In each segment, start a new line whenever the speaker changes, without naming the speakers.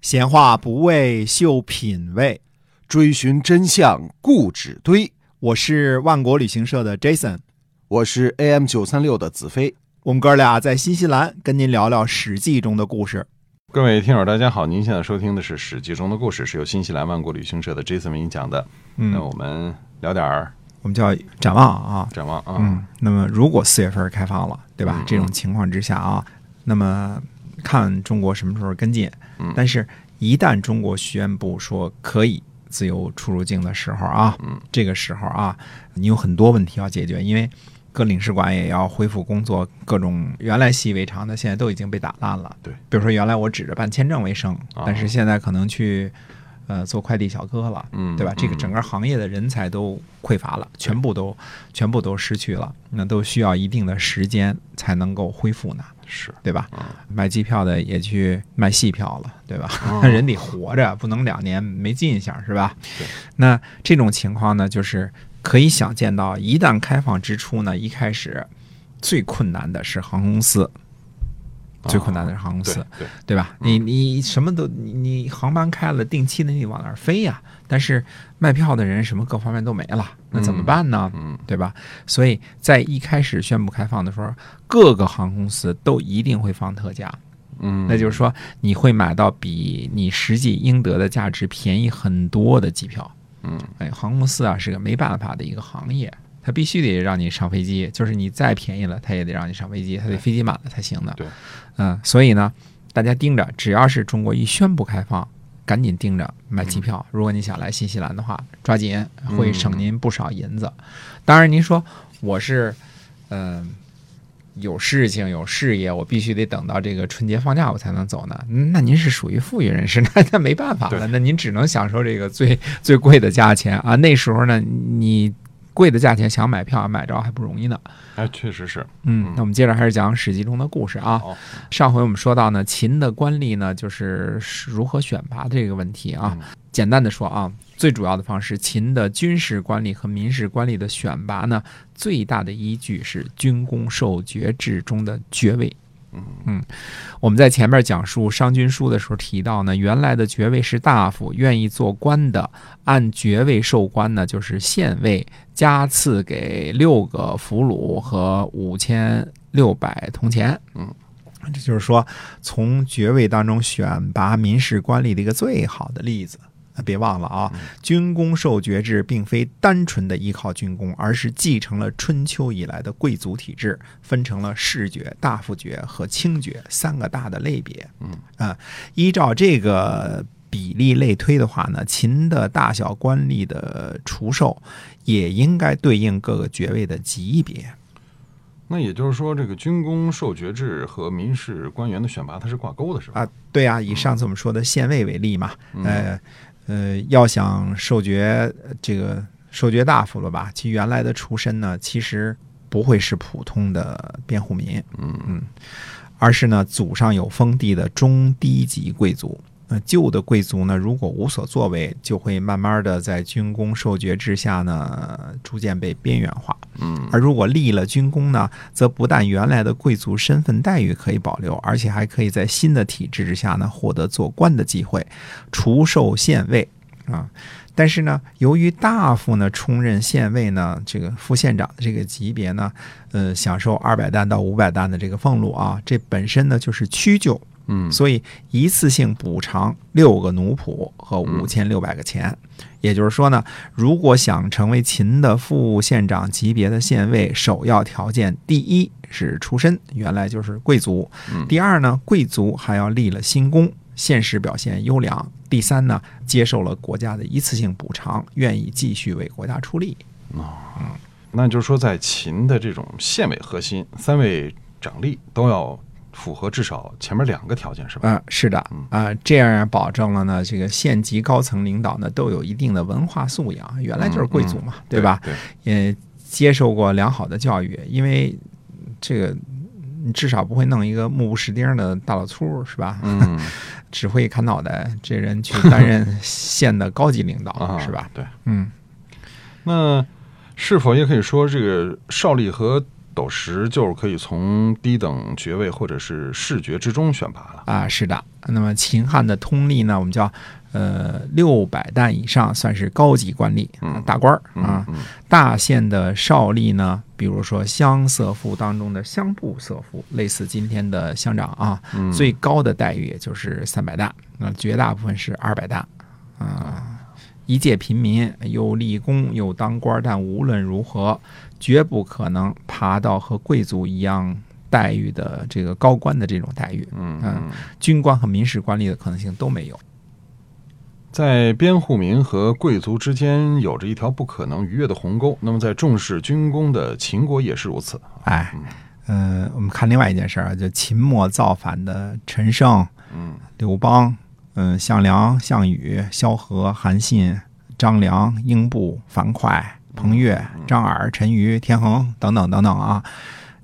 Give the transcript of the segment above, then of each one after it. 闲话不为秀品味，
追寻真相固执堆。
我是万国旅行社的 Jason，
我是 AM 九三六的子飞。
我们哥俩在新西兰跟您聊聊《史记》中的故事。
各位听友，大家好！您现在收听的是《史记》中的故事，是由新西兰万国旅行社的 Jason 为您讲的。那
嗯，
我们聊点儿
我们叫展望啊。
展望啊，
嗯，那么如果四月份开放了，对吧
嗯？
这种情况之下啊，那么看中国什么时候跟进
嗯。
但是，一旦中国宣布说可以自由出入境的时候啊
嗯，
这个时候啊，你有很多问题要解决，因为各领事馆也要恢复工作，各种原来习以为常的现在都已经被打烂了。
对，
比如说原来我指着办签证为生
啊，
但是现在可能去。呃，做快递小哥了，
嗯
对吧？这个整
嗯
个行业的人才都匮乏了，全部都全部都失去了，那都需要一定的时间才能够恢复呢，
是
对吧
嗯？
买机票的也去卖戏票了，对吧？
哦
人得活着，不能两年没进项，是吧
对？
那这种情况呢，就是可以想见到，一旦开放之初呢，一开始最困难的是航空公司，最困难的是航空公
啊对
司。
对，
对吧？
嗯
你你什么都你你航班开了，定期的你往那儿飞呀，但是卖票的人什么各方面都没了，那怎么办呢？
嗯
对吧？所以在一开始宣布开放的时候，各个航空公司都一定会放特价，
嗯，
那就是说你会买到比你实际应得的价值便宜很多的机票。
嗯，
哎，航空公司啊是个没办法的一个行业，它必须得让你上飞机，就是你再便宜了，它也得让你上飞机，它得飞机满了才行的。
对，
嗯，所以呢，大家盯着，只要是中国一宣布开放。赶紧盯着买
嗯
机票，如果你想来新西兰的话，抓紧，会省您不少银子。当然，您说我是，嗯、有事情有事业，我必须得等到这个春节放假我才能走呢。嗯那您是属于富裕人士， 那那没办法了，
对
那您只能享受这个最最贵的价钱啊。那时候呢，你贵的价钱想买票买着还不容易呢。
哎，确实是
嗯
嗯，
那我们接着还是讲《史记》中的故事啊。
好
上回我们说到呢，秦的官吏呢，就是如何选拔这个问题啊。
嗯
简单的说啊，最主要的方式，秦的军事官吏和民事官吏的选拔呢，最大的依据是军功授爵制中的爵位。
嗯
我们在前面讲述《商君书》的时候提到呢，原来的爵位是大夫，愿意做官的，按爵位授官呢，就是县尉加赐给六个俘虏和五千六百铜钱。
嗯，
这就是说，从爵位当中选拔民事官吏的一个最好的例子。啊别忘了啊，军功授爵制并非单纯的依靠军功，而是继承了春秋以来的贵族体制，分成了士爵、大夫爵和轻爵三个大的类别。
嗯
啊、依照这个比例类推的话呢，秦的大小官吏的除授也应该对应各个爵位的级别。
那也就是说，这个军功授爵制和民事官员的选拔它是挂钩的，是吧？
啊，对啊，以上次我们说的县尉为例嘛，呃呃，要想授爵呃这个授爵大夫了吧，其原来的出身呢，其实不会是普通的辩护民，
嗯
而是呢祖上有封地的中低级贵族。那旧的贵族呢，如果无所作为，就会慢慢的在军功授爵之下呢，逐渐被边缘化。
嗯
而如果立了军功呢，则不但原来的贵族身份待遇可以保留，而且还可以在新的体制之下呢获得做官的机会，除授县尉啊。但是呢，由于大夫呢充任县尉呢，这个副县长的这个级别呢，呃，享受二百担到五百担的这个俸禄啊，这本身呢就是屈就，
嗯
所以一次性补偿六个奴仆和
嗯
五千六百个钱。也就是说呢，如果想成为秦的副县长级别的县尉，首要条件第一是出身，原来就是贵族；
嗯
第二呢，贵族还要立了新功，现实表现优良；第三呢，接受了国家的一次性补偿，愿意继续为国家出力。
那就是说，在秦的这种县委核心，三位长吏都要符合至少前面两个条件，是吧？
啊、是的，啊、这样保证了呢，这个县级高层领导呢都有一定的文化素养，原来就是贵族嘛，对吧？
对，
也接受过良好的教育，因为这个你至少不会弄一个目不识丁的大老粗，是吧？
嗯
只会砍脑袋，这人去担任县的高级领导
啊，，
是吧？？
对，
嗯，
那是否也可以说，这个少吏和斗十就是可以从低等爵位或者是士爵之中选拔了。
啊，是的。那么秦汉的通例呢，我们叫呃六百担以上算是高级官吏，
嗯
大官儿
嗯
啊。
嗯
大县的少吏呢，比如说乡色府当中的乡部色府，类似今天的乡长啊，
嗯，
最高的待遇也就是三百担，那绝大部分是二百担啊。一介平民又立功又当官儿，但无论如何，绝不可能爬到和贵族一样待遇的这个高官的这种待遇。
嗯
嗯
嗯，
军官和民事官吏的可能性都没有。
在边户民和贵族之间有着一条不可能逾越的鸿沟。那么在重视军功的秦国也是如此。
哎，呃，我们看另外一件事儿啊，就秦末造反的陈胜、
嗯
刘邦、嗯、项梁、项羽、萧何、韩信、张良、英布、樊哙、彭越、张耳、陈馀、田横等等等等啊，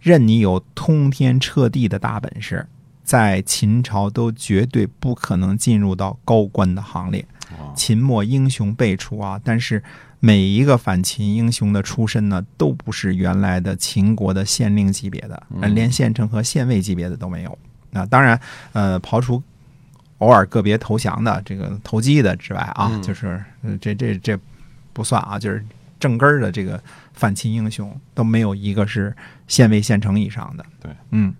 任你有通天彻地的大本事，在秦朝都绝对不可能进入到高官的行列。
哦
秦末英雄辈出啊，但是每一个反秦英雄的出身呢，都不是原来的秦国的县令级别的，呃
嗯
连县丞和县尉级别的都没有。那当然，呃，刨除偶尔个别投降的、这个投机的之外啊，
嗯
就是、呃这这这不算啊，就是正根儿的这个反秦英雄都没有一个是县尉、县丞以上的。
对，
嗯。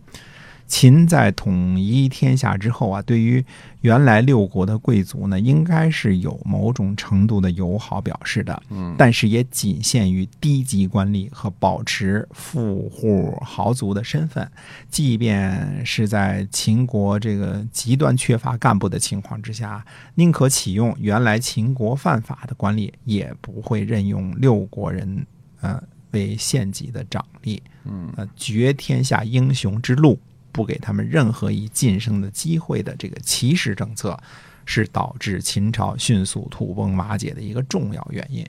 秦在统一天下之后啊，对于原来六国的贵族呢，应该是有某种程度的友好表示的，
嗯，
但是也仅限于低级官吏和保持富户豪族的身份。即便是在秦国这个极端缺乏干部的情况之下，宁可启用原来秦国犯法的官吏，也不会任用六国人，呃，为县级的长吏。
嗯，
呃，绝天下英雄之路，不给他们任何一晋升的机会的这个歧视政策，是导致秦朝迅速土崩瓦解的一个重要原因。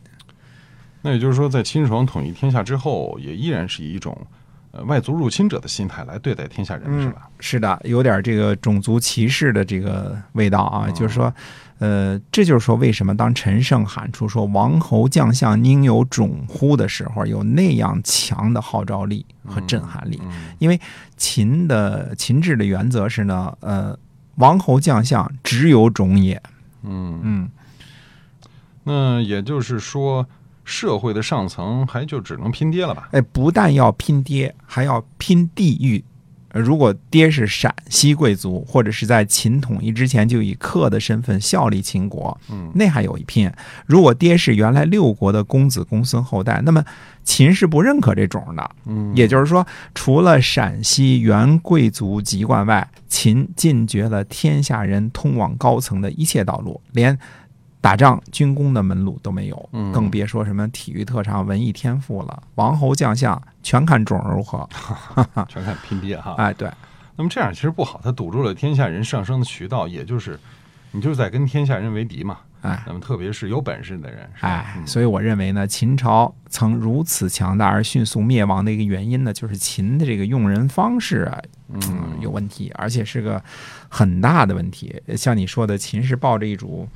那也就是说，在秦始皇统一天下之后，也依然是以一种呃外族入侵者的心态来对待天下人，是吧？
是的，有点这个种族歧视的这个味道
哦
啊，就是说，呃，这就是说为什么当陈胜喊出说“王侯将相宁有种乎”的时候，有那样强的号召力和震撼力。
嗯
因为秦的秦制的原则是呢，呃，王侯将相只有种也。
嗯，
嗯，
那也就是说，社会的上层还就只能拼爹了吧？
哎，不但要拼爹，还要拼地域。呃如果爹是陕西贵族，或者是在秦统一之前就以客的身份效力秦国，
嗯，
那还有一拼。如果爹是原来六国的公子公孙后代，那么秦是不认可这种的。
嗯
也就是说，除了陕西原贵族籍贯外，秦禁绝了天下人通往高层的一切道路，连打仗、军功的门路都没有，
嗯
更别说什么体育特长、文艺天赋了。王侯将相全看种儿如何。啊
全看拼爹哈。
哎，对，
那么这样其实不好，它堵住了天下人上升的渠道，也就是你就是在跟天下人为敌嘛。
哎。
那么特别是有本事的人，是吧
哎，
嗯
所以我认为呢，秦朝曾如此强大而迅速灭亡的一个原因呢，就是秦的这个用人方式啊，嗯，
嗯
有问题，而且是个很大的问题。像你说的，秦是抱着一种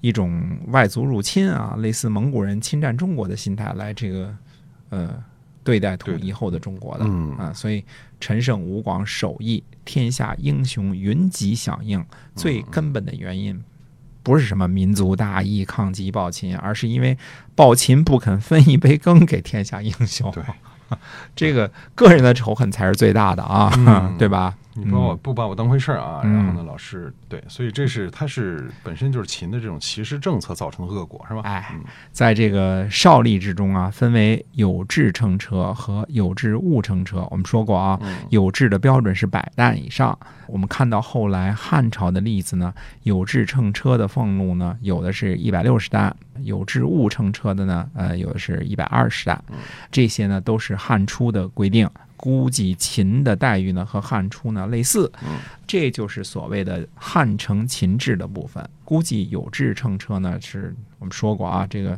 一种外族入侵啊，类似蒙古人侵占中国的心态来这个呃对待统一后的中国的
嗯
啊，所以陈胜吴广首义，天下英雄云集响应，
嗯
最根本的原因。不是什么民族大义抗击暴秦，而是因为暴秦不肯分一杯羹给天下英雄。
对，
这个个人的仇恨才是最大的啊，
嗯
对吧？
你把我不把我当回事儿啊，
嗯
然后呢，老师对，所以这是它是本身就是秦的这种歧视政策造成的恶果，是吧？
哎
嗯，
在这个少吏之中啊，分为有制乘车和有制物乘车。我们说过啊，
嗯
有制的标准是百担以上。我们看到后来汉朝的例子呢，有制乘车的俸禄呢，有的是一百六十担，有制物乘车的呢，呃，有的是一百二十担。这些呢都是汉初的规定。估计秦的待遇呢和汉初呢类似，这就是所谓的汉承秦制的部分。估计有志乘车呢，是我们说过啊，这个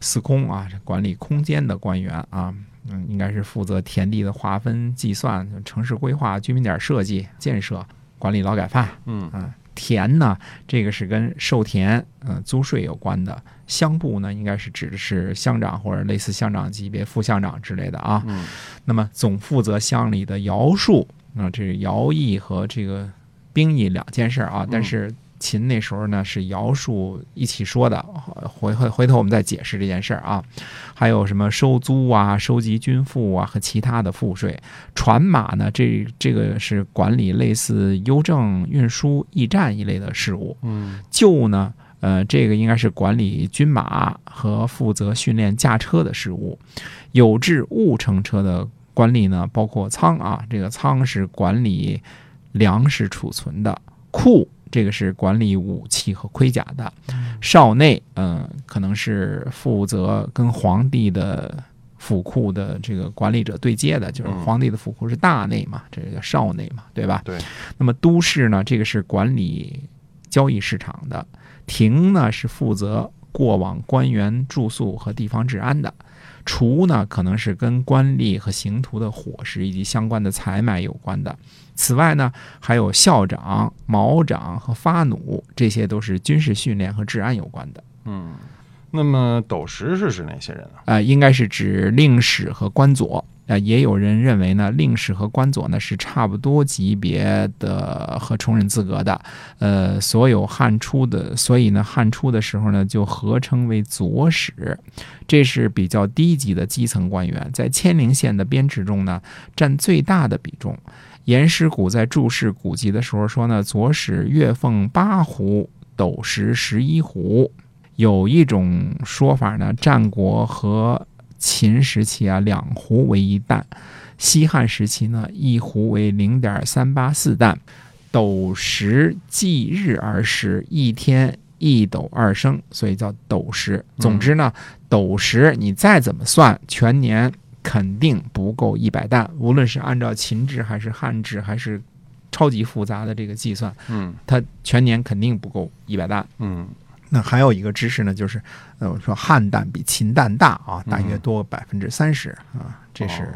司空啊，这管理空间的官员啊，嗯，应该是负责田地的划分、计算、城市规划、居民点设计、建设、管理劳改犯，
嗯
啊，田呢，这个是跟授田、呃租税有关的；乡部呢，应该是指的是乡长或者类似乡长级别、副乡长之类的啊。
嗯
那么总负责乡里的徭戍，啊，这是徭役和这个兵役两件事儿啊。
嗯
但是秦那时候呢是徭戍一起说的，回回回头我们再解释这件事儿啊。还有什么收租啊、收集军赋啊和其他的赋税。船马呢，这这个是管理类似邮政、运输、驿站一类的事务。
嗯
旧呢，呃，这个应该是管理军马和负责训练驾车的事务。有制物乘车的官吏呢，包括仓啊，这个仓是管理粮食储存的，库这个是管理武器和盔甲的，少内嗯、呃可能是负责跟皇帝的。府库的这个管理者对接的，就是
嗯
皇帝的府库是大内嘛，这个叫少内嘛，对吧？
对。
那么都市呢，这个是管理交易市场的，亭呢是负责过往官员住宿和地方治安的，厨呢可能是跟官吏和刑徒的伙食以及相关的采买有关的。此外呢，还有校长、毛长和发弩，这些都是军事训练和治安有关的。
嗯。那么斗石是指哪些人啊？
呃，应该是指令史和官佐。呃，也有人认为呢，令史和官佐呢是差不多级别的和重任资格的。呃，所有汉初的，所以呢，汉初的时候呢，就合称为左史，这是比较低级的基层官员，在千陵县的编制中呢，占最大的比重。颜师古在注释古籍的时候说呢，左史月俸八斛，斗石十一斛。有一种说法呢，战啊国和秦时期啊，两壶为一担；西汉时期呢，一壶为零点三八四担。斗石计日而食，一天一斗二升，所以叫斗石。总之呢，斗石你再怎么算，全年肯定不够一百担。无论是按照秦制还是汉制，还是超级复杂的这个计算，
嗯
它全年肯定不够一百担。
嗯
那还有一个知识呢，就是，呃，我说汉蛋比秦蛋大啊，大约
嗯
多百分之三十啊，这是、
哦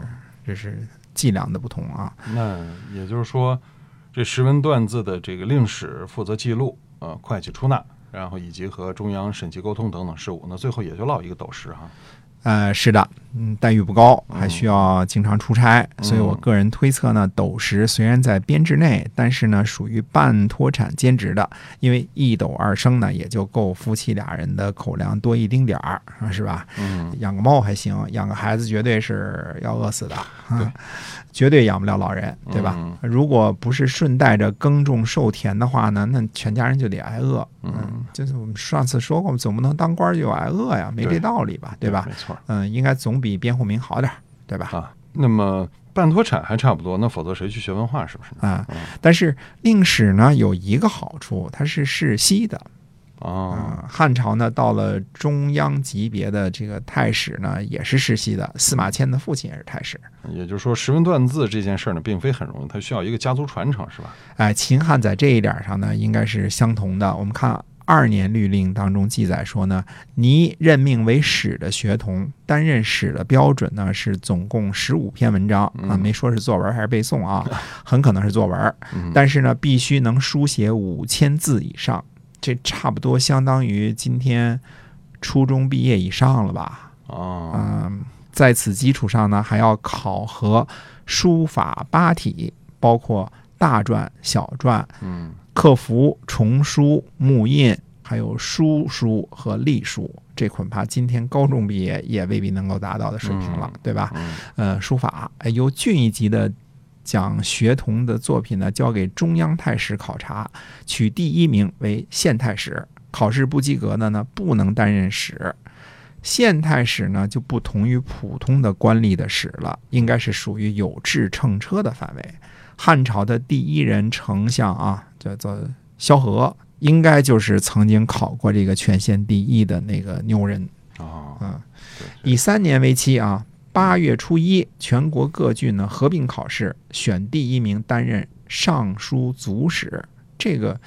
这是计量的不同啊。
那也就是说，这石文段字的这个令史负责记录，呃，会计出纳，然后以及和中央审计沟通等等事务，那最后也就落一个斗石哈。
呃，是的，嗯，待遇不高，还需要经常出差，
嗯
所以我个人推测呢，斗石虽然在编制内，但是呢，属于半脱产兼职的，因为一斗二升呢，也就够夫妻俩人的口粮多一丁点儿，啊是吧？
嗯
养个猫还行，养个孩子绝对是要饿死的，啊、绝对养不了老人，对吧？
嗯
如果不是顺带着耕种授田的话呢，那全家人就得挨饿。
嗯，
就是我们上次说过，我们总不能当官就挨饿呀，没这
对
道理吧，对吧？
没错
嗯，应该总比边户民好点儿，对吧？
啊。那么半脱产还差不多，那否则谁去学文化是不是呢？
啊、但是令史呢有一个好处，它是世袭的，
哦，
啊，汉朝呢，到了中央级别的这个太史呢，也是世袭的。司马迁的父亲也是太史。
也就是说，石文断字这件事儿呢，并非很容易，它需要一个家族传承，是吧？
哎，秦汉在这一点上呢，应该是相同的。我们看二年律令当中记载说呢，倪任命为史的学童，担任史的标准呢是总共十五篇文章啊，
嗯
没说是作文还是背诵 啊，很可能是作文，
嗯
但是呢，必须能书写五千字以上，这差不多相当于今天初中毕业以上了吧？
哦，
嗯，在此基础上呢，还要考核书法八体，包括大篆、小篆、
嗯
刻符、重书、木印，还有书书和隶书。这恐怕今天高中毕业也未必能够达到的水平了，对吧？
嗯
呃，书法哎由郡一级的讲学童的作品呢，交给中央太史考察，取第一名为县太史。考试不及格的呢，不能担任史。县太史呢，就不同于普通的官吏的史了，应该是属于有志乘车的范围。汉朝的第一任丞相啊，叫做萧何，应该就是曾经考过这个全县第一的那个牛人。
哦，
嗯，
对
以三年为期啊，八月初一，全国各郡呢合并考试，选第一名担任尚书卒史。这个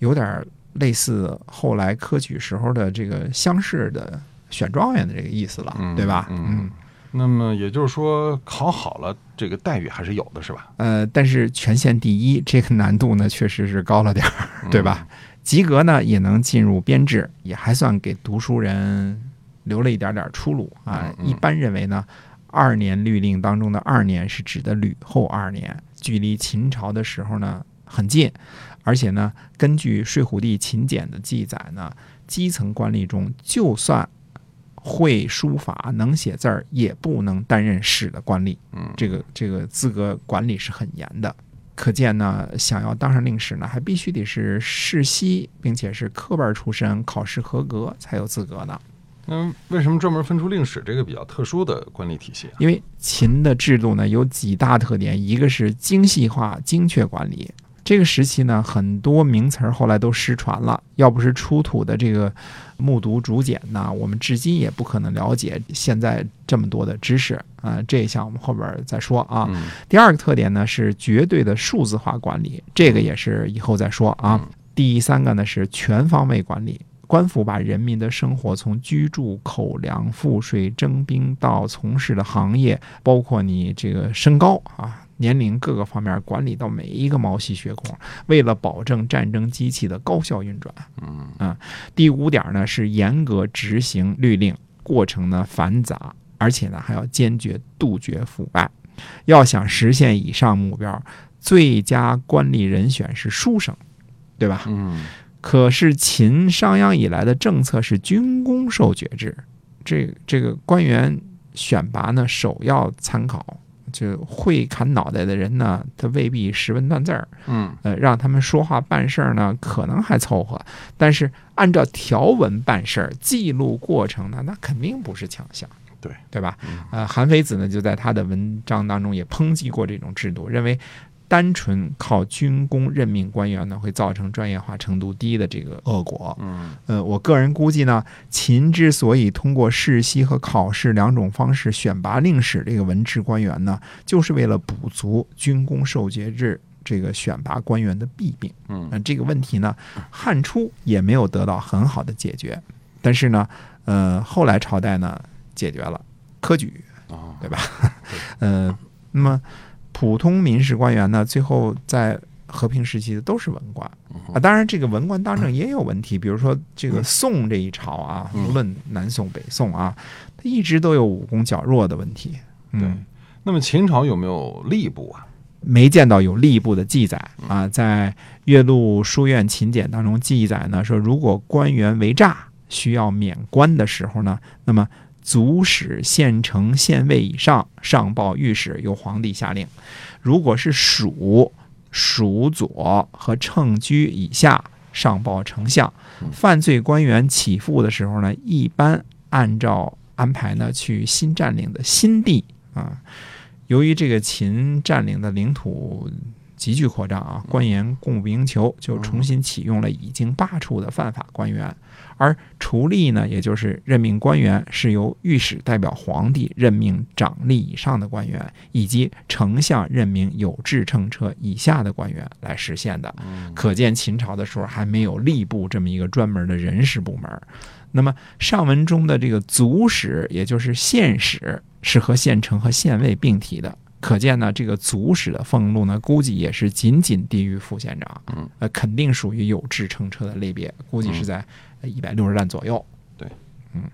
有点类似后来科举时候的这个乡试的选状元的这个意思了，
嗯
对吧？
嗯那么也就是说，考好了这个待遇还是有的，是吧？
呃，但是全县第一这个难度呢，确实是高了点儿，
嗯
对吧？？及格呢也能进入编制，也还算给读书人留了一点点出路啊
嗯。嗯
一般认为呢，二年律令当中的二年是指的吕后二年，距离秦朝的时候呢很近，而且呢，根据《睡虎地秦简》的记载呢，基层官吏中就算会书法、能写字儿，也不能担任史的官吏。
嗯，
这个这个资格管理是很严的。可见呢，想要当上令史呢，还必须得是世袭，并且是科班出身，考试合格才有资格呢。
那为什么专门分出令史这个比较特殊的官吏体系啊？
因为秦的制度呢有几大特点，一个是精细化、精确管理。这个时期呢，很多名词儿后来都失传了，要不是出土的这个目睹竹简呢，我们至今也不可能了解现在这么多的知识啊、这一项我们后边儿再说啊。
嗯
第二个特点呢是绝对的数字化管理，这个也是以后再说啊。
嗯
第三个呢是全方位管理，官府把人民的生活从居住、口粮、赋税、征兵到从事的行业，包括你这个身高啊。年龄各个方面管理到每一个毛细血孔，为了保证战争机器的高效运转。啊
嗯
第五点呢是严格执行律令，过程呢繁杂，而且呢还要坚决杜绝腐败。要想实现以上目标，最佳官吏人选是书生，对吧？
嗯
可是秦商鞅以来的政策是军功授爵制，这这个官员选拔呢，首要参考就会砍脑袋的人呢，他未必识文断字儿，
嗯
呃，让他们说话办事儿呢，可能还凑合，但是按照条文办事儿、记录过程呢，那肯定不是强项，
对
对吧？
嗯
呃，韩非子呢就在他的文章当中也抨击过这种制度，认为单纯靠军功任命官员呢，会造成专业化程度低的这个恶果。
嗯
呃，我个人估计呢，秦之所以通过世袭和考试两种方式选拔令史这个文职官员呢，就是为了补足军功授爵制这个选拔官员的弊病。
嗯
嗯，这个问题呢，汉初也没有得到很好的解决，但是呢，呃，后来朝代呢解决了科举，
啊
对吧 呃，那么普通民事官员呢，最后在和平时期的都是文官啊。当然，这个文官当政也有问题，比如说这个宋这一朝啊，
嗯
无论南宋北宋啊，它一直都有武功较弱的问题。嗯、
对。那么秦朝有没有吏部啊？
没见到有吏部的记载啊，在《岳麓书院秦简》当中记载呢，说如果官员为诈需要免官的时候呢，那么足使县丞、县尉以上上报御史，由皇帝下令；如果是属属左和乘居以下，上报丞相。犯罪官员起复的时候呢，一般按照安排呢去新占领的新地啊。由于这个秦占领的领土急剧扩张啊，官员供不应求，就重新启用了已经罢黜的犯法官员，而除吏呢，也就是任命官员是由御史代表皇帝任命长吏以上的官员，以及丞相任命有志乘车以下的官员来实现的。
嗯
可见秦朝的时候还没有吏部这么一个专门的人事部门儿。那么上文中的这个足使，也就是县使，是和县丞和县尉并提的。可见呢，这个足使的俸禄呢，估计也是仅仅低于副县长，
嗯，
呃，肯定属于有志乘车的类别，估计是在一百六十担左右。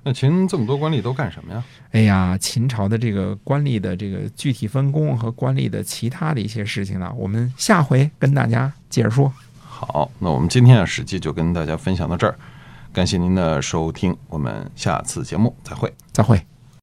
那秦这么多官吏都干什么呀？
哎呀，秦朝的这个官吏的这个具体分工和官吏的其他的一些事情呢，我们下回跟大家接着说。
好，那我们今天的《史记》就跟大家分享到这儿，感谢您的收听，我们下次节目再会。
再会。